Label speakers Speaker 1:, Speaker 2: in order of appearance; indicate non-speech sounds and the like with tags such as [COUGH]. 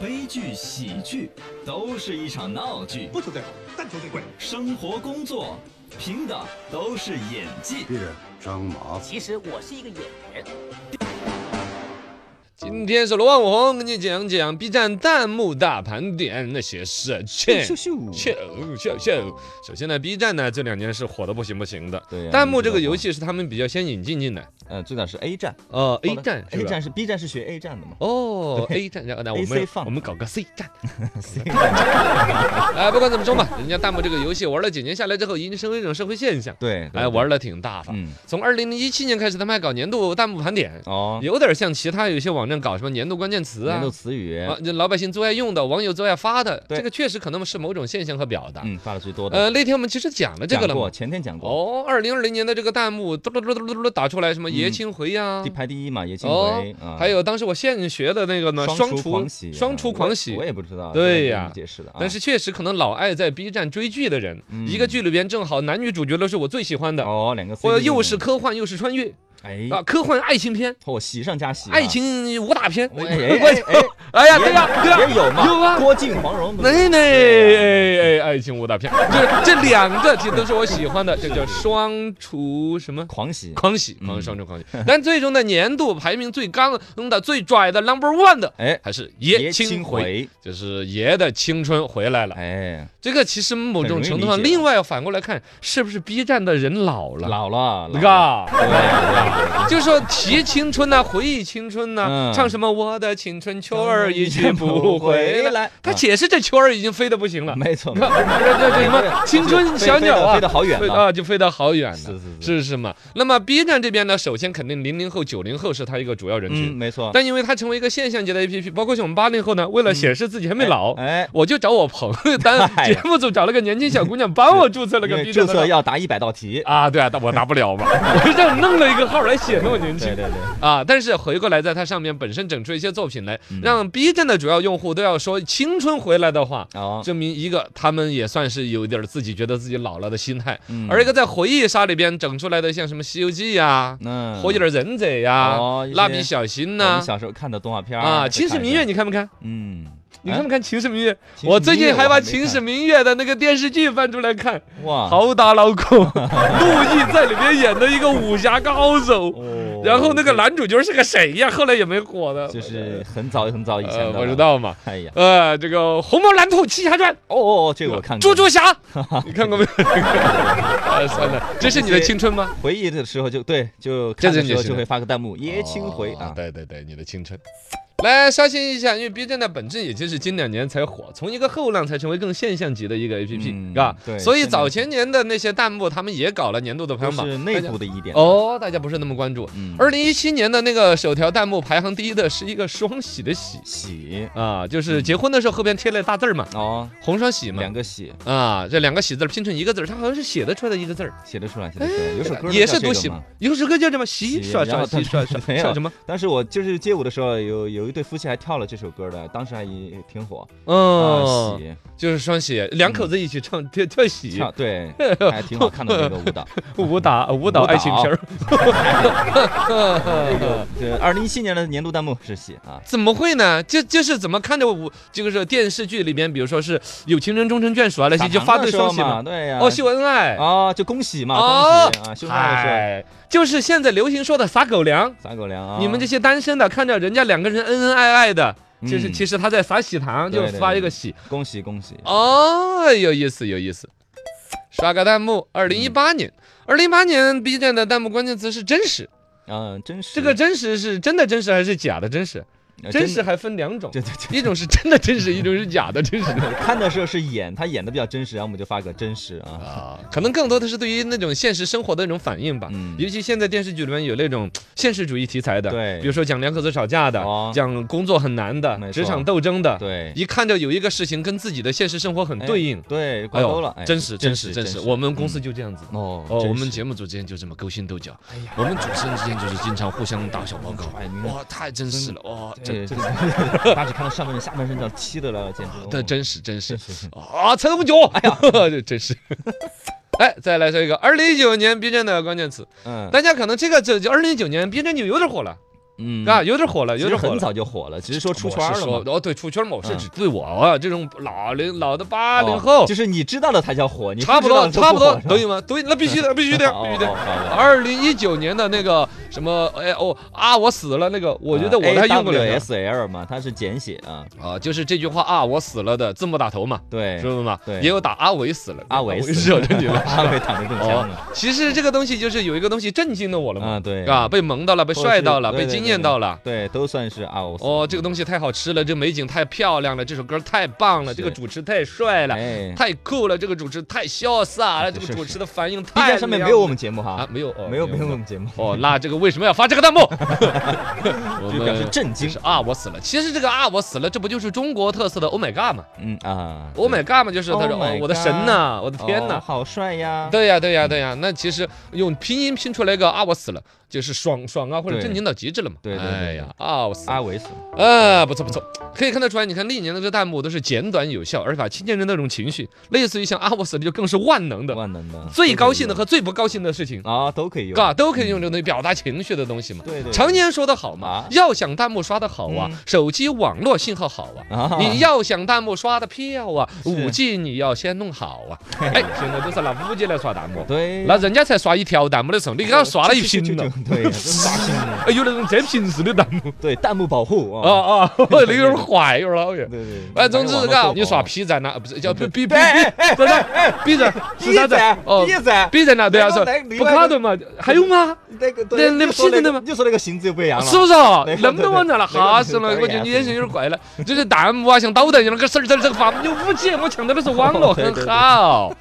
Speaker 1: 悲剧、喜剧，都是一场闹剧。
Speaker 2: 不求最好，但求最贵。
Speaker 1: 生活、工作，凭的都是演技。
Speaker 3: 别人张麻子，
Speaker 4: 其实我是一个演员。
Speaker 5: 今天是罗万红跟你讲讲 B 站弹幕大盘点那些事情。
Speaker 6: 咻咻，
Speaker 5: 秀秀秀！嗯首先呢，B 站呢这两年是火的不行不行的。
Speaker 6: 对呀
Speaker 5: 弹幕这个
Speaker 6: 你知道吗
Speaker 5: 游戏是他们比较先引进进来，
Speaker 6: 嗯，最早是 A 站
Speaker 5: 呃
Speaker 6: 后
Speaker 5: ，A
Speaker 6: 来
Speaker 5: 站是
Speaker 6: ，A
Speaker 5: 吧
Speaker 6: 站是 B 站是学 A 站的嘛？
Speaker 5: 哦，A 站，然后呢，我
Speaker 6: AC
Speaker 5: 们
Speaker 6: 放
Speaker 5: 我们搞个 C
Speaker 6: [LAUGHS]
Speaker 5: 站， [LAUGHS] 哎，不管怎么说吧，人家弹幕这个游戏玩了几年下来之后，已经成为一种社会现象，
Speaker 6: 对，对
Speaker 5: 哎，玩的挺大方。
Speaker 6: 嗯，
Speaker 5: 从二零零一七年开始，他们还搞年度弹幕盘点，
Speaker 6: 哦，
Speaker 5: 有点像其他有些网站搞什么年度关键词
Speaker 6: 年
Speaker 5: 啊
Speaker 6: 度，词语，
Speaker 5: 啊，这老百姓最爱用的，网友最爱发的，
Speaker 6: 对
Speaker 5: 这个确实可能是某种现象和表达。
Speaker 6: 嗯，发的最多的，
Speaker 5: 呃，那天我们其实讲了这个了
Speaker 6: 讲过
Speaker 5: 嘛。
Speaker 6: 前天讲过，
Speaker 5: 哦，二零二零年的这个弹幕嘟噜嘟噜嘟噜嘟噜打出来什么爷
Speaker 6: 嗯
Speaker 5: 青回呀
Speaker 6: 第，排第一嘛，也进
Speaker 5: 哦
Speaker 6: 回啊，
Speaker 5: 还有当时我现学的那个呢，
Speaker 6: 双
Speaker 5: 双
Speaker 6: 厨狂喜，
Speaker 5: 厨双厨
Speaker 6: 嗯
Speaker 5: 狂
Speaker 6: 我
Speaker 5: 喜
Speaker 6: 我。也不知道，
Speaker 5: 对
Speaker 6: 这个
Speaker 5: 呀
Speaker 6: 怎么解释的啊，
Speaker 5: 但是确实可能老爱在 B 站追剧的人，一个
Speaker 6: 嗯
Speaker 5: 剧里边正好男女主角都是我最喜欢的，
Speaker 6: 哦，两个 C，
Speaker 5: 或者又是科幻又是穿越
Speaker 6: 哎，
Speaker 5: 啊，科幻爱情片、
Speaker 6: 我喜上加喜啊，
Speaker 5: 爱情武打片，
Speaker 6: 哎，哎
Speaker 5: [LAUGHS]
Speaker 6: 哎哎哎，
Speaker 5: 哎呀，
Speaker 6: 也
Speaker 5: 对呀，对呀，
Speaker 6: 也有嘛，
Speaker 5: 有啊
Speaker 6: 郭靖、黄蓉不是，
Speaker 5: 奶奶，
Speaker 6: 对
Speaker 5: 哎哎，爱情武打片，就是这两个其实都是我喜欢 [LAUGHS] 的，这叫双厨什么？
Speaker 6: 狂喜，
Speaker 5: 狂喜，
Speaker 6: 嗯
Speaker 5: 狂双厨狂喜，但最终的年度排名最刚的、最拽的 number one 的，
Speaker 6: 哎，
Speaker 5: 还是
Speaker 6: 爷
Speaker 5: 爷青回，
Speaker 6: 回，
Speaker 5: 就是爷的青春回来了。
Speaker 6: 哎，
Speaker 5: 这个其实某种程度
Speaker 6: 很容易
Speaker 5: 上，
Speaker 6: 理解
Speaker 5: 另外反过来看，是不是 B 站的人啊老了？
Speaker 6: 老了，老
Speaker 5: 那
Speaker 6: 了
Speaker 5: 个，
Speaker 6: [LAUGHS]
Speaker 5: 就说提青春呐、啊回忆青春呐、
Speaker 6: 嗯
Speaker 5: 唱什么我的青春秋儿已经不回来， [LAUGHS]
Speaker 6: 来，啊
Speaker 5: 他解释这秋儿已经飞得不行了。
Speaker 6: 没
Speaker 5: [LAUGHS]
Speaker 6: 错
Speaker 5: 你，看，这这这什么青春小鸟啊，
Speaker 6: 飞得好远
Speaker 5: 飞
Speaker 6: 了，
Speaker 5: 啊，就飞得好远
Speaker 6: 是
Speaker 5: 了，
Speaker 6: 是是，
Speaker 5: 是是嘛？那么 B 站这边呢，首先肯定零零后、九零后是它一个主要人
Speaker 6: 嗯，
Speaker 5: 群，
Speaker 6: 没错，
Speaker 5: 但因为它成为一个现象级的 APP，包括像我们八零后呢，为了显示自己还没老，
Speaker 6: 哎，
Speaker 5: 我就找我朋
Speaker 6: [LAUGHS]
Speaker 5: 友当
Speaker 6: 哎
Speaker 5: 节
Speaker 6: 呀
Speaker 5: 目组找了个年轻小姑娘帮我注册了
Speaker 6: 因
Speaker 5: 个
Speaker 6: 为
Speaker 5: B
Speaker 6: 注
Speaker 5: 站的
Speaker 6: 册
Speaker 5: 账号
Speaker 6: 要答一百道题，
Speaker 5: 啊，对啊，但我答
Speaker 6: [LAUGHS]
Speaker 5: 不了嘛，我就这样弄了一个号来显得我年
Speaker 6: 对
Speaker 5: 轻
Speaker 6: 对对，
Speaker 5: 啊。但是回过来，在它上面本身整出一些作品来
Speaker 6: 嗯，
Speaker 5: 让 B 站的主要用户都要说青春回来的话。
Speaker 6: 哦，
Speaker 5: 证明一个，他们也算是有点自己觉得自己老了的心态，
Speaker 6: 嗯
Speaker 5: 而一个在回忆杀里边整出来的，像什么《西游记》呀、
Speaker 6: 那
Speaker 5: 《火影忍者》呀、
Speaker 6: 嗯哦一
Speaker 5: 蜡笔
Speaker 6: 些
Speaker 5: 小新》
Speaker 6: 我们
Speaker 5: 呐，
Speaker 6: 小时候看的动画片儿
Speaker 5: 啊，《秦时明月》，你看不看？
Speaker 6: 嗯，
Speaker 5: 你看不
Speaker 6: 哎
Speaker 5: 看《秦时明月》？
Speaker 6: 秦时
Speaker 5: 我最近还把
Speaker 6: 明月
Speaker 5: 《秦
Speaker 6: 我
Speaker 5: 时明月》的那个电视剧翻出来看，
Speaker 6: 没看哇，
Speaker 5: 好打脑
Speaker 6: [LAUGHS]
Speaker 5: 壳，陆毅在里面演的一个武侠高手，
Speaker 6: 哦，
Speaker 5: 然后那个男主角是个谁呀？后来也没火的，
Speaker 6: 就是很早很早以前
Speaker 5: 呃，
Speaker 6: 的，
Speaker 5: 我知，道嘛。
Speaker 6: 哎呀，
Speaker 5: 呃，这个《虹猫蓝兔七侠传》，
Speaker 6: 哦哦哦，这个我看过，
Speaker 5: 呃猪
Speaker 6: [LAUGHS]
Speaker 5: 猪侠，你看过没 [LAUGHS] 有？
Speaker 6: 哎
Speaker 5: 啊，算了，这是你的青春吗？
Speaker 6: 回忆的时候就对，就
Speaker 5: 这
Speaker 6: 看的
Speaker 5: 就
Speaker 6: 时候
Speaker 5: 是哦
Speaker 6: 就会发个弹幕，爷青回啊，
Speaker 5: 对对对，你的青春。来刷新一下，因为 B 站的本质也就是近两年才火，从一个后浪才成为更现象级的一个 APP，是、
Speaker 6: 嗯
Speaker 5: 吧？
Speaker 6: 对
Speaker 5: 所以
Speaker 6: 现在
Speaker 5: 早前年的那些弹幕，他们也搞了年度的排
Speaker 6: 都
Speaker 5: 行榜，
Speaker 6: 是
Speaker 5: 大
Speaker 6: 内
Speaker 5: 家
Speaker 6: 部的疑点，
Speaker 5: 哦，大家哦不是那么关注。
Speaker 6: 嗯，
Speaker 5: 二零一七年的那个首条弹幕排行第一的是一个双喜的喜
Speaker 6: 喜
Speaker 5: 啊，就是结婚的时候后边贴了大字儿嘛，
Speaker 6: 哦，
Speaker 5: 红双喜嘛
Speaker 6: 嗯两。个喜
Speaker 5: 啊，这两个喜字儿拼成一个字儿，它好像是写得出来的一个字儿，
Speaker 6: 写得出来，写得出来，有首歌
Speaker 5: 哎也
Speaker 6: 叫
Speaker 5: 是
Speaker 6: 这
Speaker 5: 读
Speaker 6: 个
Speaker 5: 喜
Speaker 6: 嘛
Speaker 5: 嘛。有首歌叫什么喜
Speaker 6: 喜
Speaker 5: 刷
Speaker 6: 然
Speaker 5: 刷
Speaker 6: 后
Speaker 5: 喜
Speaker 6: 他
Speaker 5: 刷刷
Speaker 6: [LAUGHS] 没有
Speaker 5: 刷什么？
Speaker 6: 当时我就是街舞的时候，有有一对夫妻还跳了这首歌的，当时还也挺火。啊，嗯
Speaker 5: 嗯，
Speaker 6: 喜
Speaker 5: 就是双喜，两口子一起唱跳跳喜
Speaker 6: 跳
Speaker 5: [LAUGHS]
Speaker 6: 对，还挺好看的那个舞蹈。
Speaker 5: 舞
Speaker 6: [LAUGHS]
Speaker 5: 蹈舞蹈
Speaker 6: 舞蹈
Speaker 5: 爱情片儿。
Speaker 6: 对，二零一七年的年度弹幕是喜啊，
Speaker 5: 怎么会呢？就就是怎么看着我，就是电视剧里面，比如说是有情人终成眷属啊那些，就发对双喜
Speaker 6: 打
Speaker 5: 嘛
Speaker 6: 糖。的时候嘛，对呀。
Speaker 5: 哦，秀恩爱。
Speaker 6: 啊，就恭喜嘛，
Speaker 5: 哦
Speaker 6: 恭喜啊，秀恩爱的时
Speaker 5: 嗨，就是现在流行说的撒狗粮。
Speaker 6: 候撒狗粮啊。
Speaker 5: 你们这些单身的，看着人家两个人恩恩爱爱的，就是
Speaker 6: 嗯
Speaker 5: 其实他在撒喜糖，就
Speaker 6: 对对
Speaker 5: 发一
Speaker 6: 对
Speaker 5: 个喜。
Speaker 6: 恭喜恭喜。
Speaker 5: 哦，有意思，有意思。刷个弹幕，二零一八年，二零一八年 B 站的弹幕关键词是真实，
Speaker 6: 嗯，真是
Speaker 5: 这个真实是真的真实还是假的真实？
Speaker 6: 呃
Speaker 5: 真
Speaker 6: 真
Speaker 5: 实还分两种
Speaker 6: 对，对对， [LAUGHS]
Speaker 5: 一种是真的真实，一种是假的真实。
Speaker 6: 看的时候是演，他演的比较真实，然后我们就发个真实啊。
Speaker 5: 啊，可能更多的是对于那种现实生活的那种反应吧。
Speaker 6: 嗯
Speaker 5: 尤其现在电视剧里面有那种现实主义题材的，
Speaker 6: 对
Speaker 5: 比如说讲两口子吵架的，
Speaker 6: 哦
Speaker 5: 讲工作很难的
Speaker 6: 没，错
Speaker 5: 职场斗争的，
Speaker 6: 对，
Speaker 5: 一看着有一个事情跟自己的现实生活很
Speaker 6: 哎
Speaker 5: 对应，
Speaker 6: 对，
Speaker 5: 哎
Speaker 6: 挂钩
Speaker 5: 呦，
Speaker 6: 了，哎
Speaker 5: 真实真实真实，我们公司
Speaker 6: 嗯
Speaker 5: 就这样子。
Speaker 6: 哦
Speaker 5: 哦，我
Speaker 6: 真
Speaker 5: 们
Speaker 6: 是
Speaker 5: 节目组之间就这么勾心斗角，我们主持人之间就是经常互相打小报告
Speaker 6: 哎你，看
Speaker 5: 哇，太真实了，哇，
Speaker 6: 这
Speaker 5: 真
Speaker 6: 这， [LAUGHS] 他只看到上半身，下半身叫漆的了，简直。
Speaker 5: 但真实真实
Speaker 6: 真是
Speaker 5: 啊，撑脚，哎呀， [LAUGHS] 这真是。哎，再来说一个二零一九年 B 站的关键词，
Speaker 6: 嗯，
Speaker 5: 大家可能这个这就二零一九年 B 站就有点火了，
Speaker 6: 嗯，
Speaker 5: 啊，有点火了，有
Speaker 6: 其
Speaker 5: 点
Speaker 6: 实
Speaker 5: 火
Speaker 6: 很
Speaker 5: 了。
Speaker 6: 早就火了，只是说出
Speaker 5: 我
Speaker 6: 圈
Speaker 5: 是
Speaker 6: 了
Speaker 5: 说
Speaker 6: 嘛。
Speaker 5: 哦，对，出圈嘛，我是
Speaker 6: 嗯
Speaker 5: 指对我啊这种老零老的八零
Speaker 6: 哦
Speaker 5: 后，
Speaker 6: 就是你知道了它叫火，你
Speaker 5: 差不多，差不多，
Speaker 6: 等
Speaker 5: 懂吗？对，那
Speaker 6: [LAUGHS]
Speaker 5: 必须的，必须的，
Speaker 6: 哦
Speaker 5: 必须的。
Speaker 6: 的。
Speaker 5: 二零一九年的那个什么，哎哦啊，我死了那个，我觉得我还用过了呢
Speaker 6: 啊 S L 嘛，它是简写啊，
Speaker 5: 啊，就是这句话啊，我死了的字幕打头嘛，
Speaker 6: 对
Speaker 5: 知，道吗？
Speaker 6: 对
Speaker 5: 也有打阿伟死了，
Speaker 6: 阿伟死
Speaker 5: 惹着你
Speaker 6: [LAUGHS]
Speaker 5: 了。
Speaker 6: 阿伟躺着中枪了
Speaker 5: 其实这个东西就是有一个东西震惊了我了嘛，
Speaker 6: 啊，对
Speaker 5: 啊，，被萌到了，被
Speaker 6: 或者
Speaker 5: 帅
Speaker 6: 是
Speaker 5: 到了，
Speaker 6: 对
Speaker 5: 被
Speaker 6: 对
Speaker 5: 惊
Speaker 6: 对
Speaker 5: 艳
Speaker 6: 对
Speaker 5: 到了。
Speaker 6: 对，都算是啊，我
Speaker 5: 哦，这个东西太好吃了，这美景太漂亮了，这首歌太棒了，
Speaker 6: 是
Speaker 5: 这个主持太帅了，
Speaker 6: 哎
Speaker 5: 太酷了，这个主持太潇洒了，这个
Speaker 6: 是
Speaker 5: 主持的反应
Speaker 6: ，B
Speaker 5: 太
Speaker 6: 站
Speaker 5: 亮
Speaker 6: 上面没有我
Speaker 5: 了
Speaker 6: 们节目哈
Speaker 5: 啊，，没有，哦
Speaker 6: 没有没有我们节目，
Speaker 5: 哦，那这个为什么要发这个
Speaker 6: [LAUGHS]
Speaker 5: 弹幕？我
Speaker 6: 就表示
Speaker 5: 们
Speaker 6: 震
Speaker 5: 就
Speaker 6: 惊
Speaker 5: 是，啊，我死了。其实这个啊，我死了，这不就是中国特色的 Oh my God 吗
Speaker 6: 嗯啊
Speaker 5: ？Oh my God 嘛，就是他说
Speaker 6: Oh my
Speaker 5: 哦我的神呐，我的
Speaker 6: 对
Speaker 5: 天
Speaker 6: 哦
Speaker 5: 呐。
Speaker 6: 好帅呀，
Speaker 5: 对呀，对呀，对呀。那其实用拼音拼出来一个啊，我死了，就是爽爽啊，或者
Speaker 6: 对
Speaker 5: 震惊到极致了嘛。
Speaker 6: 对对对
Speaker 5: 哎呀，啊，我死了。
Speaker 6: 阿伟死了，
Speaker 5: 啊，不错不错，可以看得出来，你看历年的这弹幕都是简短有效，而且把青年人的那种情绪，类似于像啊阿沃斯就更是万能的，
Speaker 6: 万能的，
Speaker 5: 最高兴的和最不高兴的事情，
Speaker 6: 啊都可以用，
Speaker 5: 嘎都可以用这个东西表达情绪的东西嘛。
Speaker 6: 对对，
Speaker 5: 常年说的好嘛
Speaker 6: 啊，
Speaker 5: 要想弹幕刷的好啊
Speaker 6: 嗯，
Speaker 5: 手机网络信号好啊
Speaker 6: 啊，
Speaker 5: 你要想弹幕刷的票啊，
Speaker 6: [LAUGHS] 是
Speaker 5: 五 G 你要先弄好
Speaker 6: [LAUGHS]
Speaker 5: 啊。哎，现在都是拿五 G 来刷弹幕，
Speaker 6: 对，
Speaker 5: 那人家才刷一条弹幕的时候，你给他刷了一屏
Speaker 6: [LAUGHS]
Speaker 5: 了。，
Speaker 6: 对，
Speaker 5: [LAUGHS]
Speaker 6: 刷屏了，
Speaker 5: 哎，有那种真屏式的弹幕
Speaker 6: 对，弹幕保护
Speaker 5: 啊
Speaker 6: 啊，
Speaker 5: 啊，有点坏，有点老
Speaker 6: [LAUGHS]
Speaker 5: 远。
Speaker 6: 对对，
Speaker 5: 哎，总之，嘎，你刷
Speaker 6: 屏，
Speaker 5: P 站呐，啊
Speaker 6: [LAUGHS]
Speaker 5: 不是叫 B B B
Speaker 6: 哎哎
Speaker 5: B
Speaker 6: 哎哎哎，
Speaker 5: B 站是啥子？哦
Speaker 6: 一站，
Speaker 5: ，B 站呐，对啊，是
Speaker 6: 哎那个
Speaker 5: 不卡顿嘛？还有吗？
Speaker 6: 那个
Speaker 5: 那那不是真的吗
Speaker 6: 你说那个性质又不一样了，
Speaker 5: 是不是？
Speaker 6: 对对
Speaker 5: 那么多网站了，吓死了！
Speaker 6: 对对对
Speaker 5: 我觉得你眼神有点怪了。这些弹幕啊，像导弹一样，那个手儿在这发，有五 G，我强调的是网络很
Speaker 6: [LAUGHS] 对对对
Speaker 5: 好。